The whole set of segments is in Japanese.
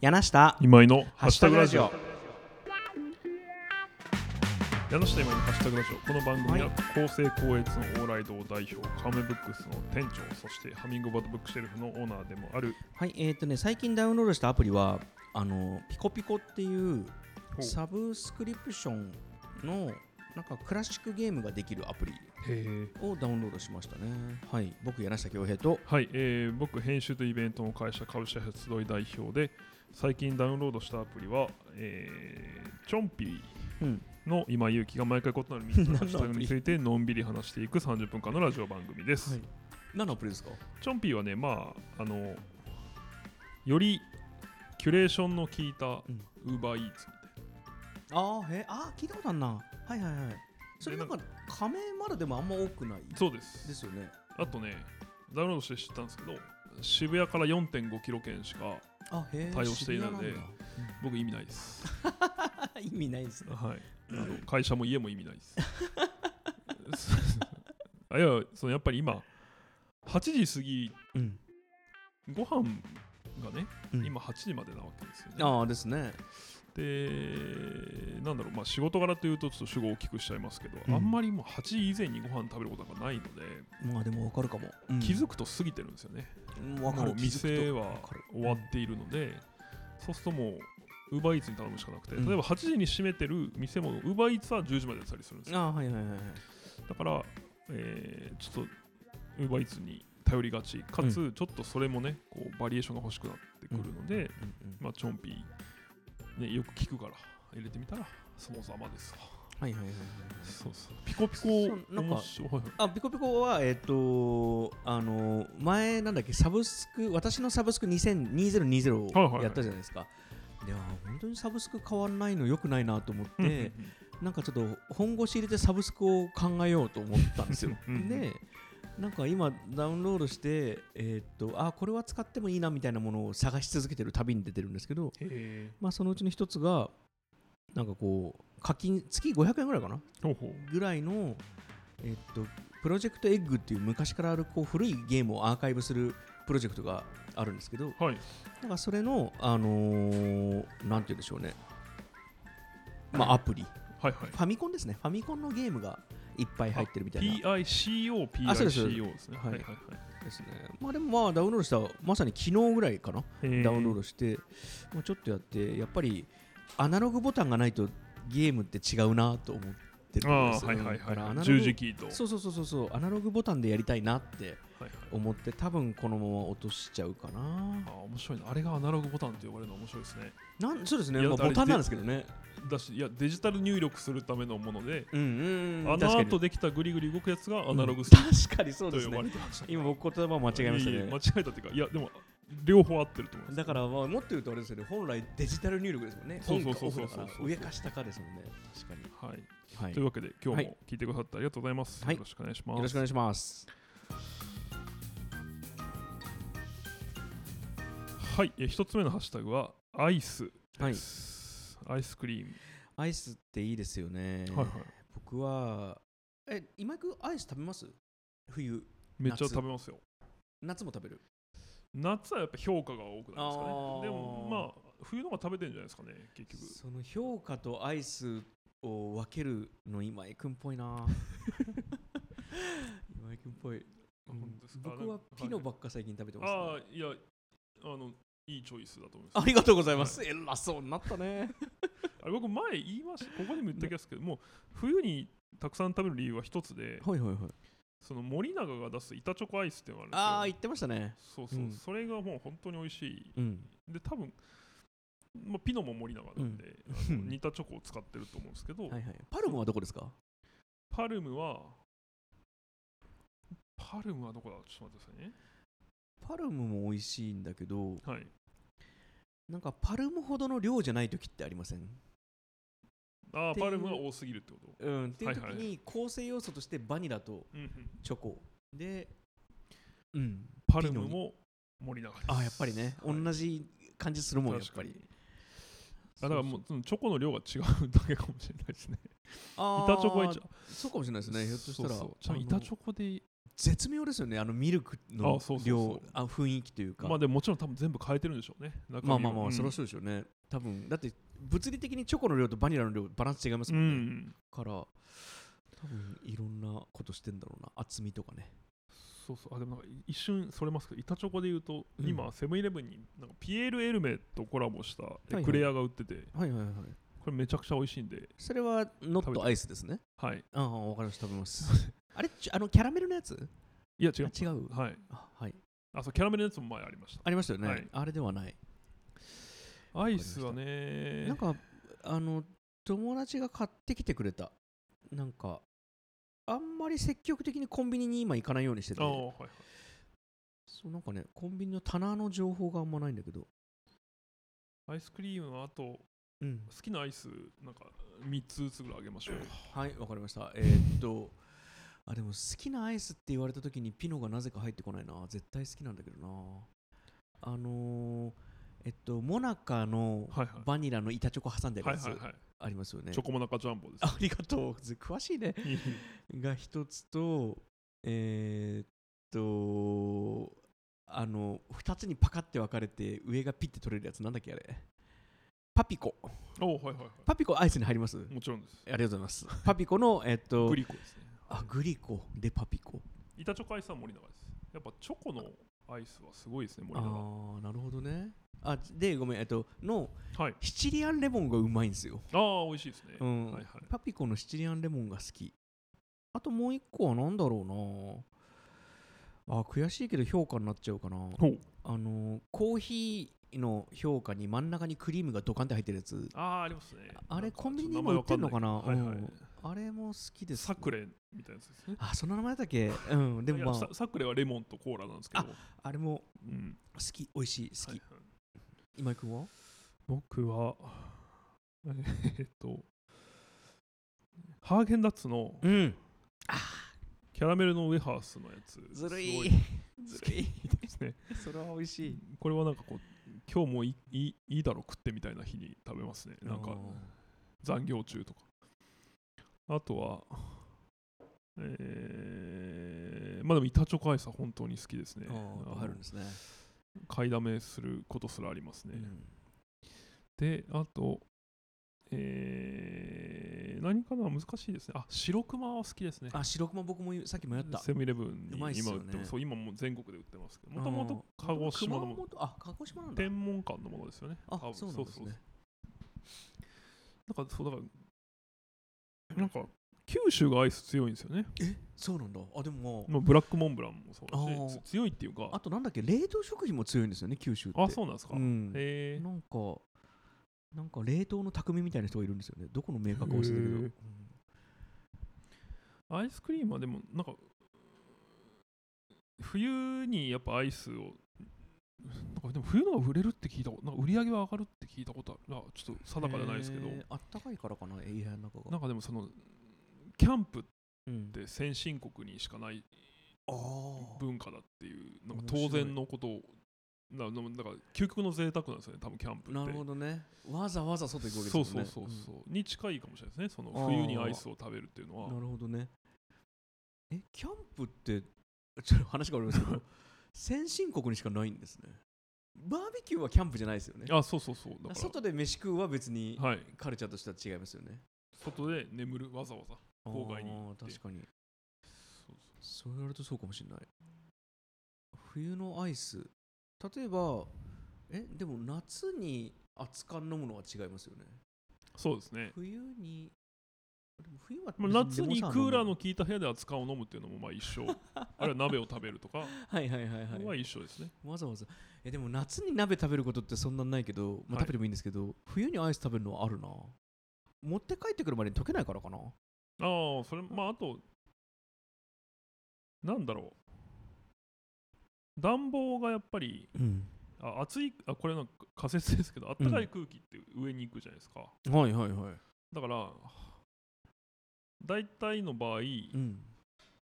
柳下今井のハッシュタグラジオ柳下今井のハッシュタグラジオこの番組はは厚生光悦の往来堂代表カメブックスの店長そしてハミングバードブックシェルフのオーナーでもあるはいえっ、とね最近ダウンロードしたアプリはあのピコピコっていうほうサブスクリプションのなんかクラシックゲームができるアプリをダウンロードしましたねはい僕柳下恭平とはい、えー僕編集とイベントの会社株式会社集い代表で最近ダウンロードしたアプリは、えーチョンピーうんの今井祐希が毎回異なる3つのハッシュタグについてのんびり話していく30分間のラジオ番組です、はい何のアプリですかチョンピーはねまああのよりキュレーションの効いたん UberEats みたいなあーへあー聞いたことあるなはいはいはいそれなんか加盟まだでもあんま多くないそうでですすよねあとねダウンロードして知ったんですけど渋谷から4 5キロ圏しかあへえ対応していないので渋谷なんだ 僕意味ないですうん意味ないですねはいあの会社も家も意味ないです あいやそのやっぱり今8時過ぎうん、ご飯がね、うん今8時までなわけですよねああですねでなんだろう、まあ、仕事柄というとちょっと主語を大きくしちゃいますけど、うんあんまりもう8時以前にご飯食べることがないので、まあでもわかるかも、うん気づくと過ぎてるんですよね、うんわかるもう気づくと店わはかる終わっているので、そうするともうウーバーイーツに頼むしかなくて、うん例えば8時に閉めてる店もウーバーイーツは10時までやってたりするんですよああはいはいはいはいだから、えーちょっとウーバーイーツに頼りがちかつ、ちょっとそれもねこうバリエーションが欲しくなってくるので、うんうんまあチョンピー、ね、よく聞くから入れてみたらそもそもですわはいはいはいはいそうそうピコピコそうなんか面白いはいあピコピコはえっ、とあの前なんだっけサブスク私のサブスク2000 2020はいはいはをいやったじゃないですか、いやー本当にサブスク変わらないのよくないなと思っうん。て、なんかちょっと本腰入れてサブスクを考えようと思ったんですようんうんでなんか今ダウンロードして、えーっとあこれは使ってもいいなみたいなものを探し続けてる旅に出てるんですけど、うんうんへまあ、そのうちの一つがなんかこう課金月500円ぐらいかなーほうほうぐらいの、えーっとプロジェクトエッグっていう昔からあるこう古いゲームをアーカイブするプロジェクトがあるんですけどはいなんかそれの、あのーなんて言うんでしょうね、まあ、アプリはいファミコンですね。ファミコンのゲームがいっぱい入ってるみたいな PICO、あそうです PICO ですね。はいはいはいはい。ですね。まあでもまあダウンロードしたまさに昨日ぐらいかな。へーダウンロードして、もうちょっとやって、やっぱりアナログボタンがないとゲームって違うなと思ってるんあであ、すはいはいだからアはナい。ログ十字キーと。そうそうそうそうそう、アナログボタンでやりたいなってはいはい思って、多分このまま落としちゃうかなあ。あ、面白いな。あれがアナログボタンって呼ばれるの面白いですね。なんそうですね、いやまあ、あれボタンなんですけどね。だし、いや、デジタル入力するためのもので、うんうんうん、あの後できたグリグリ動くやつがアナログス確かテに確かにそうィックでとす呼ばね。れてましたね。今僕言葉間違えましたいえいえね間違。えたっていうか、いや、でも、両方合ってると思います。だからまあもっと言うとあれですよね、本来デジタル入力ですもんね。そうそうそうそうオンかオフだから上か下かですもんね。確かに。はい。はい。というわけで、今日はも聞いてくださってありがとうございます。はいよろしくお願いします。よろしくお願いします。はい。え一つ目のハッシュタグは、アイスはでい。す。アイスクリーム。アイスっていいですよね。はいはい。僕は、え、今井くんアイス食べます冬。めっちゃ食べますよ。夏も食べる。夏はやっぱ評価が多くなりますかねあーでもまあ冬の方が食べてるんじゃないですかね結局その評価とアイスを分けるの今井くんっぽいな。 今井くんっぽい。あ本当ですか僕はピノばっか最近食べてますね、ああいやあのいいチョイスだと思いまあすりがとうございます。偉そうになったね。あれ僕前言いましたここでも言った気がするけどもう冬にたくさん食べる理由は一つで はいはいはい。その森永が出す板チョコアイスっていうのあがああ、るん言でってましたね。すよそうそう、うんそれがもう本当に美味しいうん。で多分まあ、ピノも森永なんで、うんあの似たチョコを使ってると思うんですけど、はいはい。パルムはどこですかパルムはパルムはどこだちょっと待ってくださいねパルムも美味しいんだけど、はいなんかパルムほどの量じゃない時ってありませんあっあていうパルムが多すぎるってことうん。っていう時はいはに構成要素としてバニラとうんうんチョコで、うん。パルムも森永ですああ、やっぱりね。はい同じ感じするもん、やっぱり確。あだからもそうそのチョコの量が違うだけかもしれないですねうそう、あ板チョコはーそうかもしれないですね。ひょっとしたら。そうそうちなみにあの板チョコで絶妙ですよねあのミルクあのそうそうそう量あ雰囲気というかまあでももちろん多分全部変えてるんでしょうね中身まあはまあまあ、うんそりゃそうですよね多分だって物理的にチョコの量とバニラの量バランス違いますうもんね、んから多分いろんなことしてんだろうな厚みとかねそうそうあでもなんか一瞬それますけど板チョコで言うと、うん今セブンイレブンになんかピエール・エルメとコラボしたいはいクレアが売ってて、はいはいはいこれめちゃくちゃ美味しいんでそれはノッ食べトてアイスですねはいああわかりました食べます あれちあのキャラメルのやついや違う違うはいあはいあそうキャラメルのやつも前ありましたありましたよね、はいあれではないアイスはねなんかあの友達が買ってきてくれたなんかあんまり積極的にコンビニに今行かないようにしててああはいはいそうなんかねコンビニの棚の情報があんまないんだけどアイスクリームはあと好うんきなアイスなんか3つずつぐらいあげましょうかはいわかりましたえーっとあでも好きなアイスって言われた時にピノがなぜか入ってこないな絶対好きなんだけどなあのー、えっとモナカのはいはいバニラの板チョコ挟んであるはいやつはいはいありますよね、チョコモナカジャンボですありがとうず詳しいねが一つとえーっとあの二つにパカって分かれて上がピッて取れるやつなんだっけあれパピコ おはいはいはパピコアイスに入りますいもちろんですありがとうございますパピコのえっとグリコですねあグリコでパピコ板チョコアイスは森永ですやっぱチョコのアイスはすごいですねあ森あ永ーなるほどねあでごめんえっとのはいシチリアンレモンがうまいんですよああ美味しいですね、うんはいはいパピコのシチリアンレモンが好きあともう一個は何だろうなあ悔しいけど評価になっちゃうかなほうあのーコーヒーの評価に真ん中にクリームがドカンって入ってるやつああありますねあれなんかコンビニにちょっと名前わも売ってんのかなないはいはういんあれも好きですサクレみたいなやつですねあその名前だっけうんでいもやまササクレはレモンとコーラなんですけどああれもうん好き美味しい好き、はいはい今井君は僕 はえーっとハーゲンダッツのうんキャラメルのウェハースのやつずるすごいでずるいすね それは美味しいこれはなんかこう今日もいいいいいだろ食ってみたいな日に食べますねなんか残業中とかあとはえー、まあでも板チョコアイスは本当に好きですねあーあーやっぱ入るんですね、買いだめすることすらありますね、うんであとえー、何かな難しいですねあ白熊は好きですねあ白熊僕もさっき迷ったセブンイレブンうにまいっす今よ売ねってますそう今もう全国で売ってますけどもともとあー鹿児島の熊も本あ鹿児島なんだ天文館のものですよねあ多分そうなんですねそうそうだからそうだからなんか九州がアイス強いんですよねえそうなんだあでもまもうブラックモンブランもそうあだーしつ強いっていうああかとなんだっけ冷凍食品も強いんですよね九州ってあそうなんですか、うんえーなんか、なんか冷凍の匠みたいな人がいるんですよね。どこのメーカーか忘れたけど。へーうんアイスクリームはでもなんか冬にやっぱアイスをなんかでも冬のが売れるって聞いたことなんか売り上げは上がるって聞いたことあるなちょっと定かじゃないですけどへーあったかいからかな、部屋の中が。なんかでもそのキャンプっうんて先進国にしかないあー文化だっていうなんか面白当い然のことをなななんか究極の贅沢なんですよね多分キャンプってなるほどね。わざわざ外行くわけですそもうんそうね。そうそうう、に近いかもしれないですねそのあー冬にアイスを食べるっていうのはんなるほどね。え、キャンプって、 ちょっと話が変わりますけど、 先進国にしかないんですね。バーベキューはキャンプじゃないですよね。あそうそうそうだか外で飯食うは別にらはいカルチャーとしては違いますよね。外で眠るわざわざ郊外に行ってあー確かに。そうそう言われるとそうかもしれない冬のアイス例えばえでも夏に熱燗飲むのは違いますよねそうですね冬に でも冬はまあ夏にクーラーの別効いた部屋で熱燗を飲むっていうのもまあ 一緒あるいは鍋を食べるとレモかンサワー飲むはいはいはいははい一緒ですね、わざわざえでも夏に鍋食べることってそんなんないけど、まあ、はい食べてもいいんですけど、冬にアイス食べるのはあるな持って帰ってくるまでに溶けないからかなああそれまああとなんだろう暖房がやっぱりうんあ暑いあこれなんか仮説ですけど暖かい空気って上に行くじゃないですか、はいはいはいだから大体の場合うん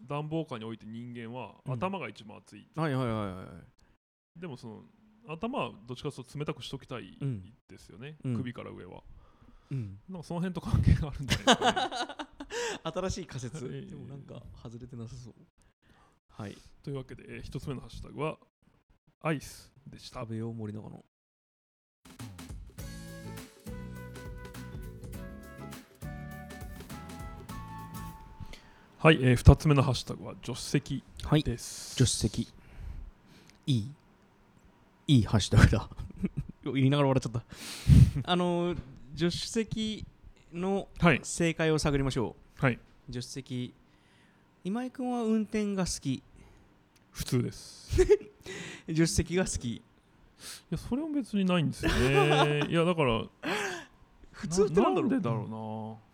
暖房下において人間はうん頭が一番暑い、はいはいはいはいでもその頭はどっちかというと冷たくしときたいうんですよね、うん首から上はうんなんかその辺と関係があ るんじゃないですかね新しい仮説はいでもなんか外れてなさそうはいというわけで、えー一つ目のハッシュタグは、アイスでした食。べよう森永のはい、えー、二つ目のハッシュタグは、助手席はいです。助手席いいいいハッシュタグだ 言いながら笑っちゃった あの助手席のはい、正解を探りましょうはい助手席今井君は運転が好き普通です。 助手席が好きいや、それも別にないんです よね。いや、だから、普通ってなんだろうでだろうな。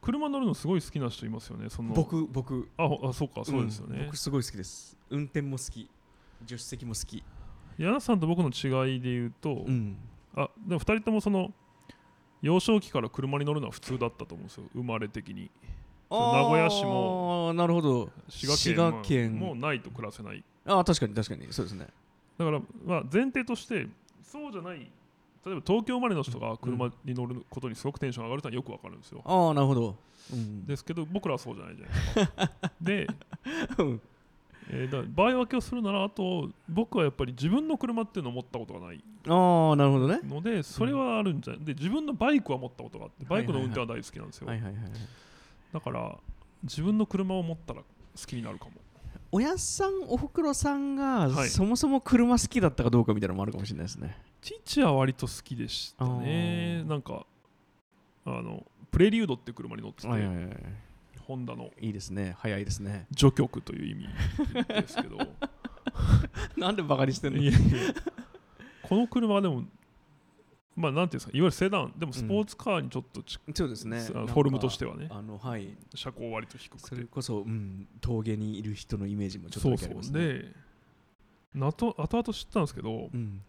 車乗るのすごい好きな人いますよね。その僕僕あほあ、そうか、そうですよんね僕。すごい好きです運転も好き助手席も好き柳、さんと僕の違いで言うと、うんあでも2人ともその幼少期から車に乗るのは普通だったと思うんですよ生まれ的にそう名古屋市もあーなるほど滋賀滋県賀県もうないと暮らせないああ確かに確かにそうですねだから、まあ、前提としてそうじゃない例えば東京生まれの人が車に乗ることにすごくテンション上がるとはよくわかるんですよああなるほど、うん、ですけど僕らはそうじゃないじゃない ですかで、うんえーだから場合分けをするならあと僕はやっぱり自分の車っていうのを持ったことがないああなるほどねのでそれはあるんじゃないで自分のバイクは持ったことがあってバイクの運転は大好きなんですよ、はいはいはいはいだから自分の車を持ったら好きになるかもおやっさんおふくろさんが、はいそもそも車好きだったかどうかみたいなのもあるかもしれないですね父は割と好きでしたねあーなんかあのプレリュードって車に乗ってて、はいはいはいはホンダのいいいですね早いですね 除局という意味ですけどなんでバカにしてんのいやいやこの車はでもまあなんていうんですかいわゆるセダンでもスポーツカーにちょっとち、そうですねあフォルムとしてははねあのはい車高割と低くそれてこそ、うん、峠にいる人のイメージもちょっとそだうけあそりますうねでなと後々知ったんですけど、うん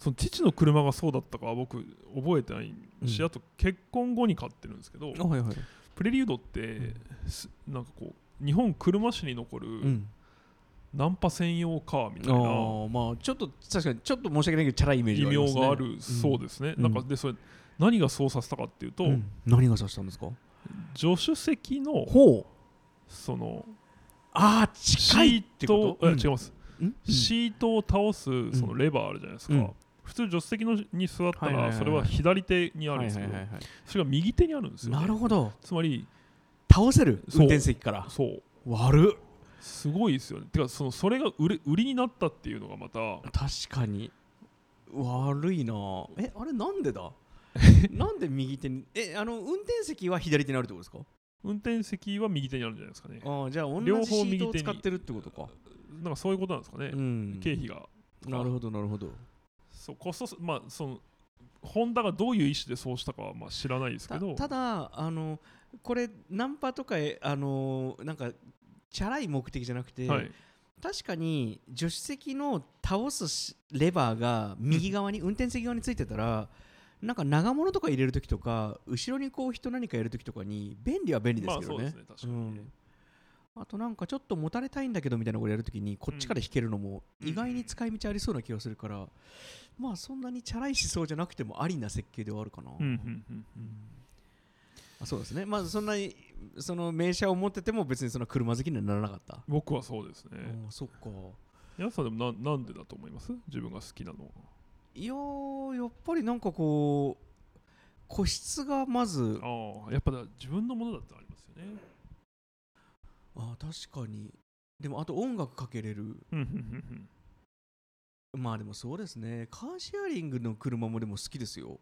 その父の車がそうだったかは僕覚えてないし、うんあと結婚後に買ってるんですけどあはいはいプレリュードってすなんかこう日本車史に残るうんナンパ専用カーみたいあなーまあちょっと確かにちょっと申し訳ないけどチャラいイメージ異はあります名ねがあるそうですね、うんなんかでそれ何がそうさせたかっていうと、うん何がさしたんですか助手席のほうそのああ近いシってートこあと違います、うんシートを倒すそのレバーあるじゃないですか、うん普通助手席のに座ったはいはいはいはらいそれは左手にあはるんでいすはけいどはいはいそれが右手にあるんですよね、なるほどつまり倒せるそう運転席からそう悪っすごいですよねてかそのそれが売れ売りになったっていうのがまた確かに悪いなえあれなんで だなんで右手にえあの運転席は左手にあるってことですか運転席は右手にあるんじゃないですかねああじゃあ同両じシ方ー右手トにを使ってるってことかなんかそういうことなんですかねう、ん経費がなるほどなるほどそうコストまあそのホンダがどういう意思でそうしたかはまあ知らないですけたどただあのこれナンパとかえあのなんかチャラい目的じゃなくて、はい、確かに助手席の倒すしレバーが右側に運転席側についてたらなんか長物とか入れるときとか後ろにこう人何かやるときとかに便利は便利でますあけそどうでねすね確かにね、あとなんかちょっともたれたいんだけどみたいなことやるときにこっちから引けるのも意外に使い道ありそうな気がするからまあそんなにチャラい思想じゃなくてもありな設計ではあるかな、うんうんうんあそうですねまあそんなにその名車を持ってても別にその車好きにはならなかった、僕はそうですね、うんそっか皆さんでもななんでだと思います自分が好きなのはいやーやっぱりなんかこう個室がまずああやっぱだ自分のものだってありますよねあ確かにでもあと音楽かけれるうんうんうんうんまあでもそうですねカーシェアリングの車もでも好きですよ、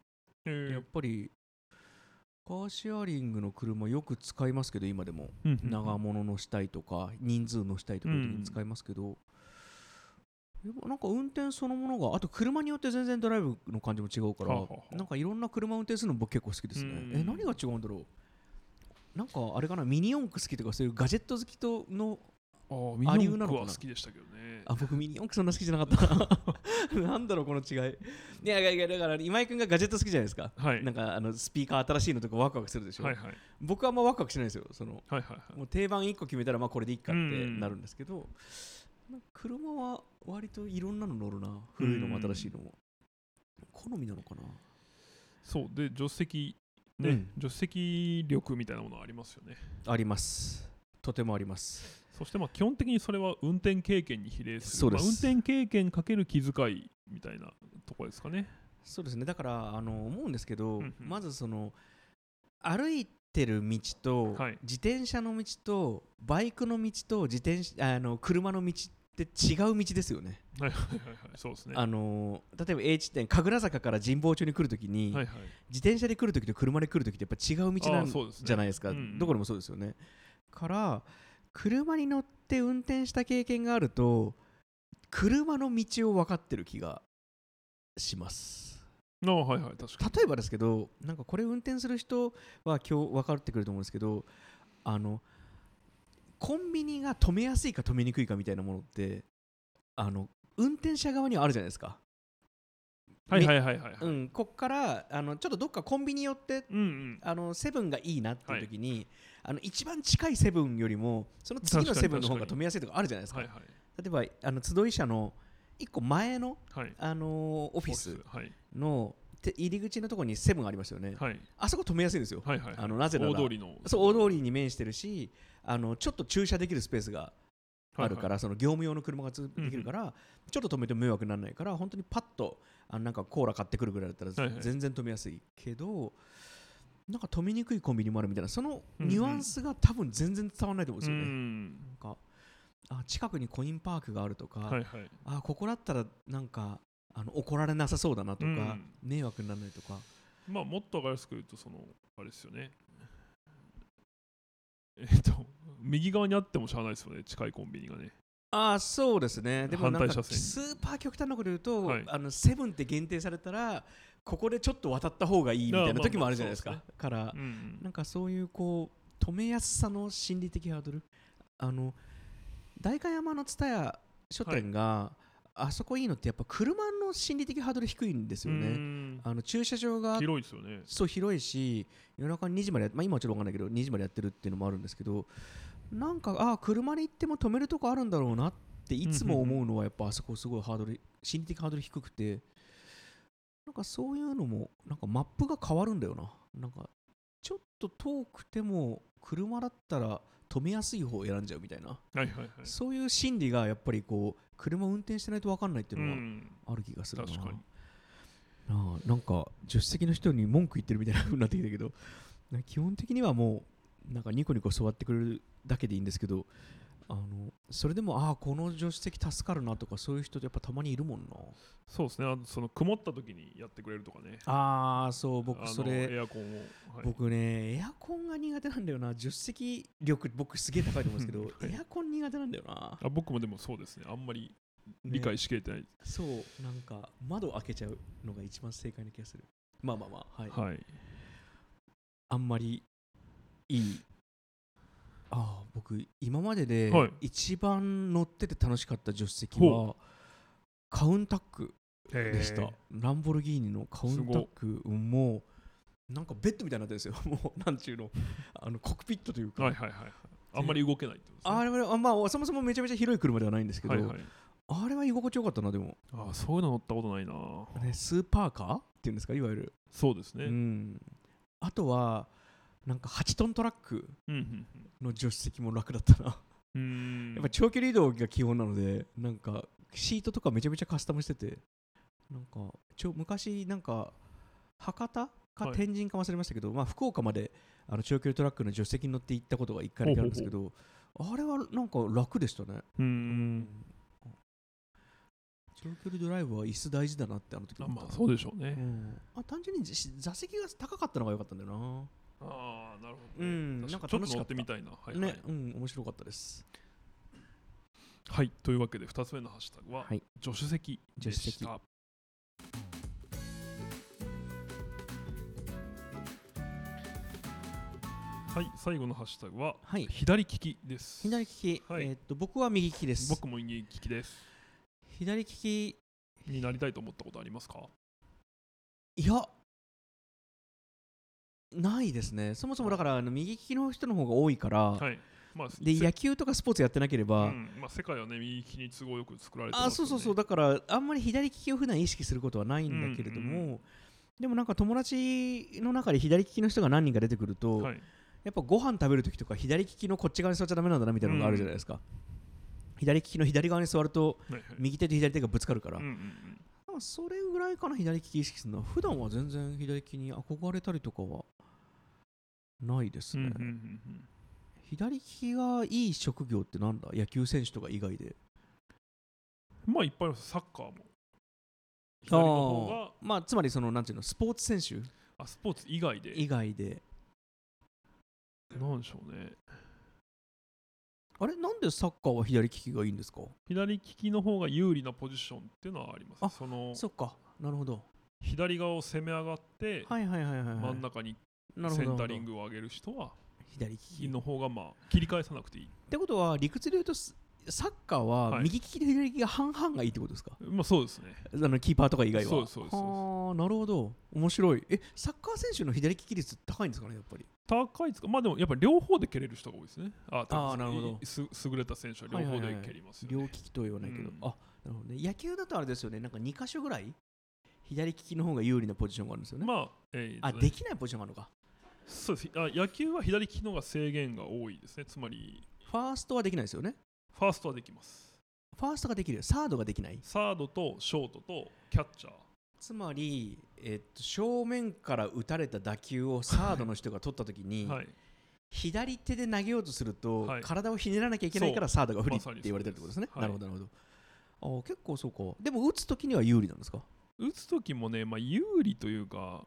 えーやっぱりカーシェアリングの車よく使いますけど今でもうんうんうん長物のしたいとか人数のしたいとかいう時に使いますけど、やっぱなんか運転そのものがあと車によって全然ドライブの感じも違うからはあはあなんかいろんな車運転するの僕結構好きですねうんえ何が違うんだろうなんかあれかなミニ四駆好きとかそういうガジェット好きとのああミアリニウオンなのクかなは好きでしたけどねあ僕ミニ四駆そんな好きじゃなかった なんだろうこの違いいやいやいやだから今井君がガジェット好きじゃないですかはいなんかあのスピーカー新しいのとかワクワクするでしょ、はいはい僕はあんまワクワクしないですよそのはいはいもう定番1個決めたらまあこれでいいかってうんなるんですけど、なんか車は割といろんなの乗るな古いのも新しいのも、好みなのかなそうで助手席ね、うん助手席力みたいなものありますよねありますとてもあります。そしてまあ基本的にそれは運転経験に比例するそうですまあ運転経験かける気遣いみたいなとこですか ね。そうですねだからあの思うんですけど、うんうんまずその歩いてる道と、はい自転車の道とバイクの道と自転車あの車の道って違う道ですよねはいはいはいはい、 そうですね。はあの例えば A 地点神楽坂から神保町に来るときに、いはい。自転車で来るときと車で来るときってやっぱ違う道なあんーそうですねじゃないですかうんうんどこでもそうですよねから車に乗って運転した経験があると車の道を分かってる気がしますああはいはい、確かに。例えばですけどなんかこれ運転する人は今日分かってくると思うんですけどあのコンビニが止めやすいか止めにくいかみたいなものってあの運転者側にはあるじゃないですか、はいはいはいはいはい。うん、こっからあのちょっとどっかコンビニ寄ってうんうん。あのセブンがいいなっていう時に、あの一番近いセブンよりもその次のセブンの方が確か止に確かにめやすいとかあるじゃないですか、はいは例えばあの集い社の一個前の、い。はい。あのーオオフィスはい。のて入り口のところにセブンありますよね、はい。あそこ止めやすいんですよ、はいはい。あのなぜなら大通りの。そう大通りに面してるしあのちょっと駐車できるスペースがあるから、ら。その業務用の車がつできるから、ちょっと止めても迷惑にならないから本当にパッとあのなんかコーラ買ってくるぐらいだったら、はいはい全然止めやすいけどなんか止めにくいコンビニもあるみたいなそのうんうんニュアンスが多分全然伝わらないと思うんでうすよね。ん。なんかあ近くにコインパークがあるとか、はいはい。あここだったらなんかあの怒られなさそうだなとか、うん迷惑にならないとかまあ、もっとわかりやすく言うと、その、あれですよね。えっと、右側にあってもしゃあないですよね、近いコンビニがね。ああそうですねでもなん反か対車線にスーパー極端なこと言うと、はいあのセブンって限定されたらここでちょっと渡った方がいいみたいな時もあるじゃないですか、まあまからうんうんなんかそういうこう止めやすさの心理的ハードルあの代官山の蔦屋書店が、あそこいいのってやっぱ車の心理的ハードル低いんですようね、んあの駐車場が広いですよね。そう広いし夜中に2時までやっ、まあ、今はちょっと分かんないけど2時までやってるっていうのもあるんですけどなんかああ車に行っても止めるとこあるんだろうなっていつも思うのはやっぱあそこすごいハードル心理的ハードル低くてなんかそういうのもなんかマップが変わるんだよななんかちょっと遠くても車だったら止めやすい方を選んじゃうみたいな、はいはいはい。そういう心理がやっぱりこう車運転してないと分かんないっていううのはん。ある気がするな確かになあなんか助手席の人に文句言ってるみたいな風になってきたけどなんか基本的にはもうなんかニコニコ座ってくれるだけでいいんですけどあのそれでもああこの助手席助かるなとかそういう人ってやっぱたまにいるもんなそうですね。あのその曇った時にやってくれるとかね。ああそうあ僕のそれエアコンを。はい僕ねエアコンが苦手なんだよな助手席力僕すげえ高いと思 うんですけはどエアコン苦手なんだよな、あ僕もでもそうですね。あんまりね理解しきれてない。そうなんか窓開けちゃうのが一番正解な気がするまあまあまあはいはい。あんまりいいああ僕今までではい一番乗ってて楽しかった助手席は、カウンタックでした、ランボルギーニのカウンタックもうなんかベッドみたいになってるんですよ もうなんちゅうのあのコックピットというか、はいはいはいはい。あんまり動けないってことですね。あれはあまあそもそもめちゃめちゃ広い車ではないんですけど、はいはい。あれは居心地よかったなでも、あそういうの乗ったことないな。ね、スーパーカーっていうんですかいわゆる、そうですうね。うんん、あとはなんか8トントラックうんの助手席も楽だったなうん。うんやっぱ長距離移動が基本なのでなんかシートとかめちゃめちゃカスタムしててなんかちょ昔なんか博多かはい天神か忘れましたけど、まあ、福岡まであの長距離トラックの助手席に乗って行ったことが1回だけあるんですけどあれはなんか楽でしたねうん。長距離ドライブは椅子大事だなってあの時あ思ったまあそうでしょうね。うんあ単純にじし座席が高かったのが良かったんだよな、ああ、なるほうどね。ん確なんかちょっ楽とし乗かっったてみたいな。はい、はねい、うん面白かったですはい。というわけで、2つ目のハッシュタグは、はい助手席でし助手席た。はい、最後のハッシュタグは、はい左利きです。左利き、はいえーっと僕は右利きです僕も右利きです。左利きになりたいと思ったことありますかいや、ないですね。そもそもだから、あの右利きの人の方が多いから、はい。まあ、でせ野球とかスポーツやってなければ、うんまあ、世界はね、右利きに都合よく作られてあますそうよねそうそう、だから、あんまり左利きを普段意識することはないんだけれども、うんうんでもなんか友達の中で左利きの人が何人か出てくると、はい、やっぱご飯食べるときとか左利きのこっち側に座っちゃダメなんだなみたいなのがあるじゃないですか、左利きの左側に座るとはいはい右手と左手がぶつかるから、うんうんまあそれぐらいかな左利き意識するのは普段は全然左利きに憧れたりとかはないですうんうんね、うんうんうん左利きがいい職業ってなんだ野球選手とか以外でまあいっぱいありますサッカーも左の方がまあつまりそのなんていうのスポーツ選手あスポーツ以外で以外でなんでしょうねあれなんでサッカーは左利きがいいんですか左利きの方が有利なポジションっていうのはありますあそのそっかなるほど左側を攻め上がって、はいはいはいはい、はい、真ん中になるほセどンタリンググを上げる人は左利き右の方がまあ切り返さなくていいってことは理屈で言うとすサッカーははい右利きと左利きが半々がいいってことですか、まあそうですねあのキーパーとか以外はそうですそうですそうですはあなるほど面白いえサッカー選手の左利き率高いんですかねやっぱり高いですかまあでもやっぱり両方で蹴れる人が多いですねああーなるほどいす優れた選手は両方で蹴りますよね、両利きとは言わないけど、うんあなるほどね野球だとあれですよねなんか2箇所ぐらい左利きの方が有利なポジションがあるんですよね、まあ、えーあとねできないポジションがあるのかそうですあ野球は左利きの方が制限が多いですねつまりファーストはできないですよねファーストはできますファーストができるサードができないサードとショートとキャッチャーつまり、えっと、正面から打たれた打球をサードの人が取ったときに、はい、左手で投げようとすると、はい体をひねらなきゃいけないからサードが不利って言われてるってことですね。まさになるほそうど、なるほど。あー結構そうか。でも打つときには有利なんですか打つ時もね、まあ、有利というか、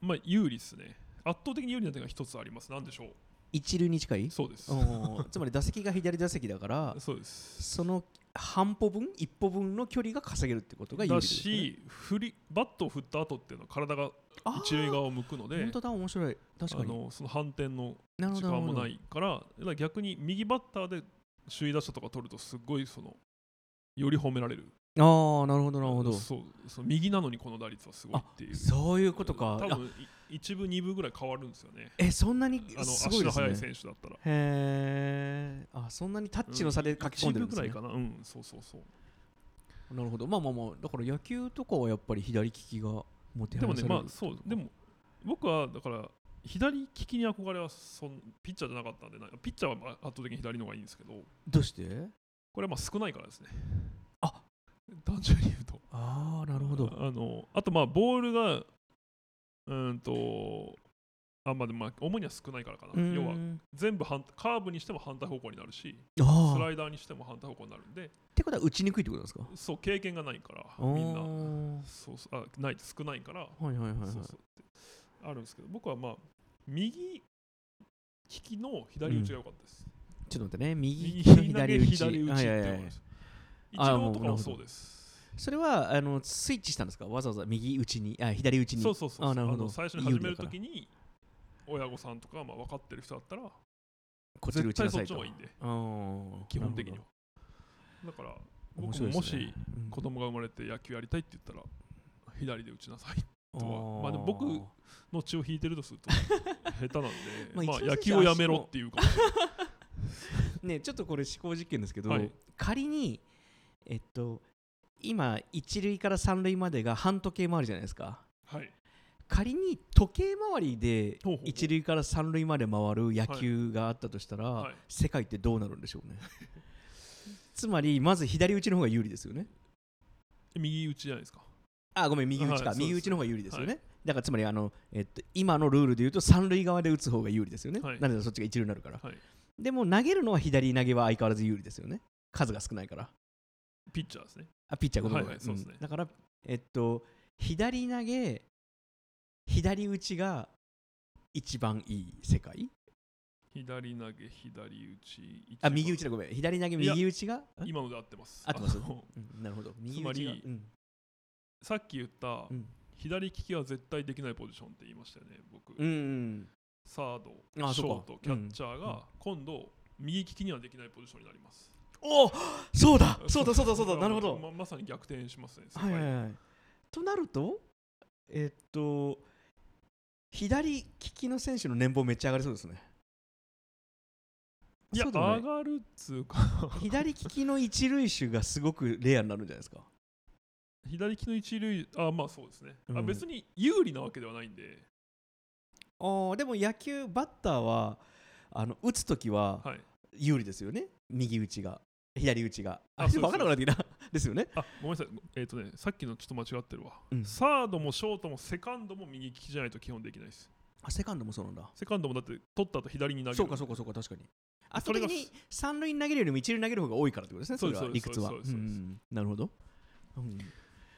まあ、有利ですね。圧倒的に有利な点が一つあります。なんでしょう一塁に近いそうです。おー つまり打席が左打席だから、そうです。その半歩分、一歩分の距離が稼げるってことが有利だです、ね、し、振りバットを振った後っていうのは体があー一塁側を向くので本、当だ、面白い。確かあに。のその反転のなるほ時ど。間もななるいから、だから逆に右バッターで首位打者とか取ると、すごいその、より褒められる。ほどあー、なるほど、なるほど。そうそう右なのにこの打率はすごいっていう。そういうことか。多あ分い一部、二部ぐらい変わるんですよね。え、そんなにあのすご足いでのす速ねい。選手だったら。へーあそんなにタッチの差で書き込んでるんですね、一部ぐらいかな。うん、そうそうそう。なるほどまあまあまあだから野球とかはやっぱり左利きがもてではもやされね、るまあそう、でも僕はだから、左利きに憧れはそんピッチャーじゃなかったんでな、ピッチャーはまあ圧倒的に左の方がいいんですけど、どうしてこれはまあ少ないからですね。あ単純に言うと。ああなるほどああのあと、まあ、ボールが、うーんと、あまあ、でもまあ主には少ないからかな。うーん要は、全部反カーブにしても反対方向になるし、あスあっライダーにしても反対方向になるんで、てことは打ちにくいってことなんですかそう、経験がないから、みんあな、ーそうそうあない少ないから、はいはいはいはいそうそうあるんですけど僕はまあ右利きの左打ちが良かったです、ちょっと待ってね右利右きの利きの左打ち左打ちってはいいはいうのがはありいますあ一ーもう郎となるかほどもそうですそれはあのスイッチしたんですかわざわざ右打ちにあ左打ちにそうそうそうあーなるほどあの最初に始めるときに親御さんとかまあ分かってる人だったらこっちで絶打ちな対そさっいちのと方がいいんであー基本的になはるだからほど面僕白いももですねし子供が生まれて野球やりたいって言ったら左で打ちなさいうんとはまあでも僕ーの血を引いてるとす ると下手なんでまあまあ一郎選野手球をやめろっていうかもしれないねちょっとこれ思考実験ですけど、はい仮にえっと今一塁から三塁までが半時計回りじゃないですかはい仮に時計回りでほうほうほう一塁から三塁まで回る野球があったとしたら、はい世界ってどうなるんでしょうね つまりまず左打ちの方が有利ですよね右打ちじゃないですかあごめん右打ちか、はいそうです右打ちの方が有利ですよね、だからつまりあの、えっと、今のルールで言うと三塁側で打つ方が有利ですよね、はいなのでそっちが一塁になるから、はいでも投げるのは左投げは相変わらず有利ですよね数が少ないからピッチャーですねあピッチャーごめんごめはいんはいそうですねんだから、えっと、左投げ、左打ちが一番いい世界左投げ、左打ち。一あ、番右打ちだ、ごめん。左投げ、いや右打ちがん今ので合ってます。合ってますあの うんなるほど。右つ打まちりが。うんさっき言った、うん左利きは絶対できないポジションって言いましたよね、僕。うんうん。サード、あシそうかョート、キャッチャーうんうんが、今度、右利きにはできないポジションになります。おおそうだそうだそうだそうだあなるほど。ままさに逆転しますね。世はい界はいはい。となると、えっと、左利きの選手の年俸めっちゃ上がりそうですね。いや、そうでもない上がるっつうか、 左利きの一塁手がすごくレアになるんじゃないですか。左利きの一塁、あ、まあそうですね。うあん別に有利なわけではないんで、あーでも野球バッターはあの打つときははい有利ですよね、右打ちが、左打ちが。あ あれ、分そうからなくなってきた。ですよね。あごめんなさい、えっ、とね、さっきのちょっと間違ってるわ、うんサードもショートもセカンドも右利きじゃないと基本できないです。あ、セカンドもそうなんだ。セカンドもだって取った後左に投げる。そうか、そうか、そうか、確かに。あそとれ的がに三塁に投げるよりも一塁に投げる方が多いからってことですね、それはそうで理すそう屈ですは。そううですそうですんなるほど。うん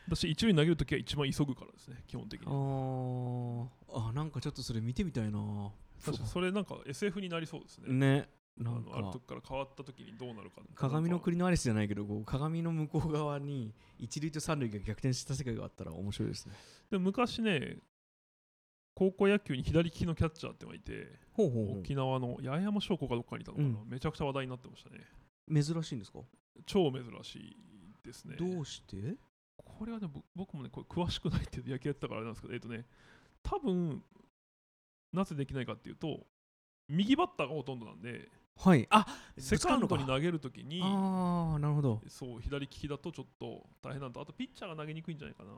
私、一塁に投げるときは一番急ぐからですね、基本的あに。ーあ、なんかちょっとそれ見てみたいな。確かにそれなんか SF になりそうですね。ね。あなんのあるか時から変わったときにどうなるか鏡の国国のアリスじゃないけどこう鏡の向こう側に一塁と三塁が逆転した世界があったら面白いですね。で昔ね、高校野球に左利きのキャッチャーってのがいて、ほうほ沖縄の八重山商工かどっかにいたのかな、めちゃくちゃ話題になってましたね。珍しいんですか、超珍しいですね。どうしてこれはね、ぼ僕もね、これ詳しくないっていう野球やってたからあれなんですけど、えっ、とね、多分なぜできないかっていうと、右バッターがほとんどなんで、はい。あセカンドぶにつかるのか投げるときに、ああ、なるほど。そう、左利きだとちょっと大変なんだあとピッチャーが投げにくいんじゃないかな。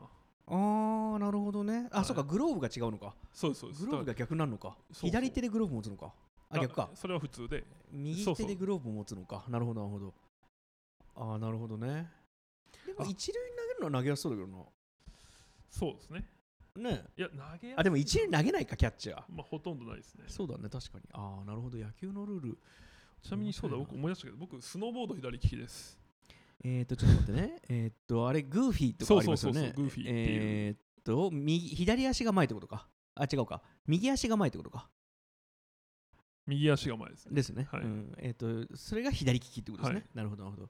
ああ、なるほどね。あ、はいそうか、グローブが違うのか。そうです、そうです。グローブだが逆なのか。そうそう左手でグローブ持つのか。あ、ら逆かだ。それは普通で、右そう手そでうグローブ持つのか。なるほど、なるほど。ああ、なるほどね。でもあ一塁に投げるのは投げやすそうだけどそうですね。な。ねいや、投げやあ、でも一塁に投げないか、キャッチャー。まあ、ほとんどないですね。そうだね、確かに。ああ、なるほど、野球のルール。ちなみにそうだ、面僕白思い出したけど、僕、スノーボード左利きです。えっ、ー、と、ちょっと待ってね。えっと、あれ、グーフィーとかありますよね。そうそうそうグーフィーっていうえっと、右、左足が前ってことか。あ、違うか。右足が前ってことか。右足が前ですね。ですね。はいうん、えっ、と、それが左利きってことですね。はいなるほど、なるほど。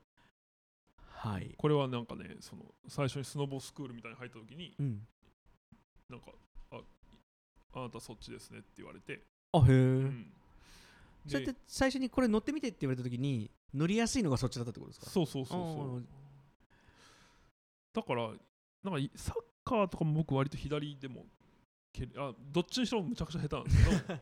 はい。これはなんかね、その最初にスノボスクールみたいに入ったときに、うん。なんか、あ、あなたそっちですねって言われて、あ、へえ、うんそれっでて最初にこれ乗ってみてって言われたときに、乗りやすいのがそっちだったってことですかそうそうそうあそあう。だから、なんかいサッカーとかも僕割と左でも蹴れあどっちにしろむちゃくちゃ下手なん ですけど、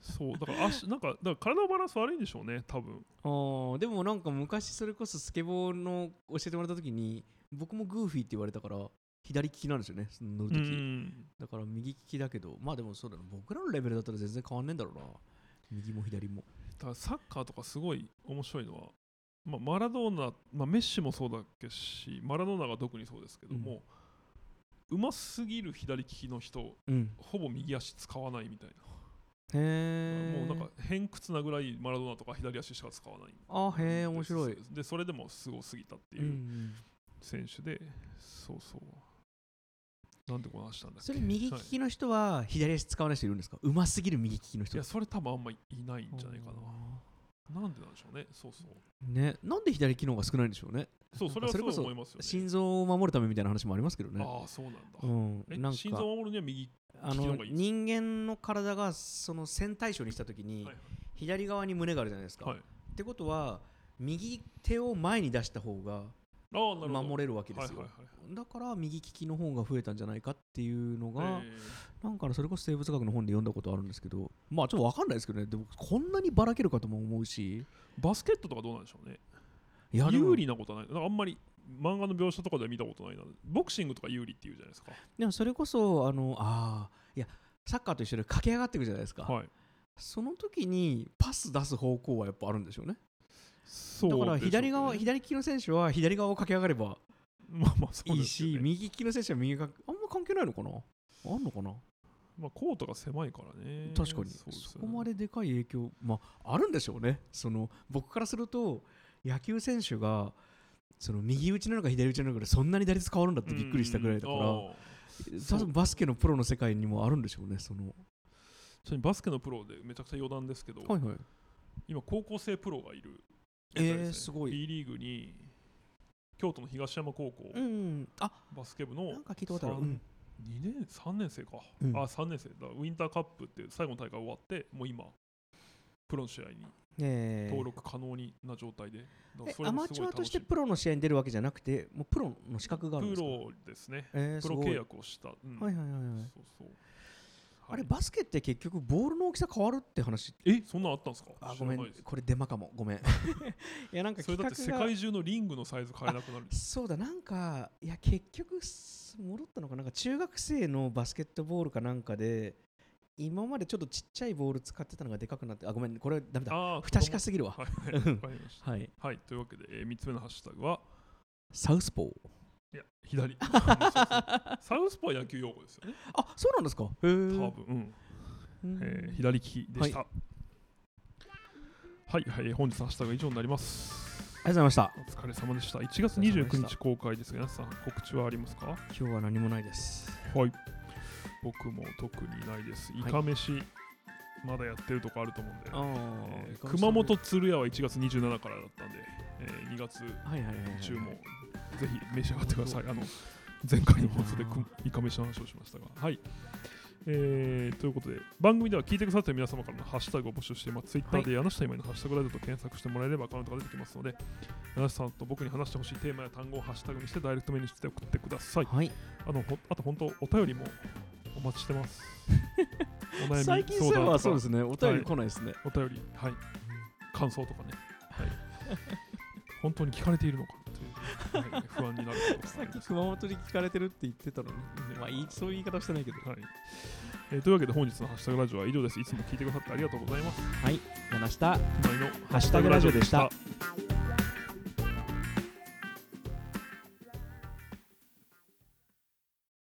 そう、だから足、なんか、だから体のバランス悪いんでしょうね、多分。あーでもなんか昔それこそスケボーの教えてもらった時に僕もグーフィーって言われたから左利きなんですよねその乗るう時ん。だから右利きだけどまあでもそうだな僕らのレベルだったら全然変わんねえんだろうな右も左もだからサッカーとかすごい面白いのは、まあ、マラドーナ、まあ、メッシもそうだっけし、マラドーナが特にそうですけども、うますぎる左利きの人、うんほぼ右足使わないみたいな。へえもうなんか偏屈なぐらいマラドーナとか左足しか使わないあへえ面白いですでそれでもすごすぎたってうんういうん選手で、そうそうなんでこの話したんだっけそれ右利はいきの人は左足使わない人いるんですかうますぎる右利きのい人やそれ多分あんまいないんじゃないかななんでなんでしょうねそうそうねなんで左利きの方が少ないんでしょうねそうそれそはそれうこそ思いますよね心臓を守るためみたいな話もありますけどねああそうなんだ、うんえなんか心臓を守るには右あ利きのの方がいいです人間の体がその線対称にした時にはいはい左側に胸があるじゃないですか、はいってことは右手を前に出した方がああなるほど守れれるわけですよ、はいはいはいだから右利きの方が増えたんじゃないかっていうのが、えーなんかそれこそ生物学の本で読んだことあるんですけどまあちょっと分かんないですけどねでもこんなにばらけるかとも思うしバスケットとかどうなんでしょうねいやでも有利なことはないなんかあんまり漫画の描写とかでは見たことないなボクシングとか有利っていうじゃないですかでもそれこそあのあーいやサッカーと一緒で駆け上がっていくじゃないですか、はいその時にパス出す方向はやっぱあるんでしょうねそうだからでしょうね左側、左利きの選手は左側を駆け上がれば まあまあそういでいすし、よね右利きの選手は右側、あんま関係ないのかなあんのかな、まあ、コートが狭いからね確かにそそうですよねこまででかい影響、まあ、あるんでしょうねその僕からすると野球選手がその右打ちなのか左打ちなのかでそんなに打率変わるんだってびっくりしたぐらいだからうんああ多分バスケのプロの世界にもあるんでしょうねそのちなみにバスケのプロでめちゃくちゃ余談ですけど、はいはい今高校生プロがいるえーみたですごい B リーグに京都の東山高校、うんあバスケ部のなんか聞いたことある、さうんん、 2年3年生か、うんあ3年生だウィンターカップっていう最後の大会終わってもう今プロの試合にえ登録可能にな状態で、だからそれアもマすチごいュアとして楽プロの試合に出るわけじゃなくてもうプロの資格があるんでみすかプロですねえープすロごい契約をした、うんはいはいはいはいそうそうあれはいバスケって結局ボールの大きさ変わるって話えそんなのあったんですかあ知ごらなめいんですこれデマかもご めんいやなんかそ企れだ画って世が界中のリングのサイズ変えなくなるそうだなんかいや結局す戻ったのかななんか中学生のバスケットボールかなんかで今までちょっとちっちゃいボール使ってたのがでかくなって、あ、ごめん、これはダメだ。ああ不確かすぎるわ。はいはいわか りましはい。たはいというわけで、え3つ目のハッシュタグはサウスポー。いや 左そうそうサウスポーは野球用語ですよねあ、そうなんですか。へえ。多分、ううんんえー左利きでしたはい、はいえー本日のハッシュタグは以上になりますありがとうございました。お疲れ様でした1月お疲れ様で29した日公開ですが皆さん告知はありますか今日は何もないです。はい。僕も特にないです。いはいかめし、まだやってるとこあると思うんで。あえーあ、熊本鶴屋は1月27からだったんで、えー2月はいはいはいはい。中もぜひ召し上がってください。あの前回の放送でくいかめしの話をしましたが。はいえーということで番組では聞いてくださった皆様からのハッシュタグを募集しています。Twitter で柳下今井のハッシュタグラジオと検索してもらえればアカウントが出てきますので柳下さんと僕に話してほしいテーマや単語をハッシュタグにしてダイレクトメールにして送ってください。はい。あのほあと本当お便りもお待ちして ます。お悩み最近そういえ相談とばかそうですね。お便り来ないですね。お便りはい感想とかね。はい、本当に聞かれているのかという、はい不安になることがさあっりきます。熊本に聞かれてるって言ってたのに。まあ、いいそういう言い方してないけど。はい。えーというわけで本日のハッシュタグラジオは以上です。いつも聞いてくださってありがとうございます。はい。柳下。今井のハッシュタグラジオでした。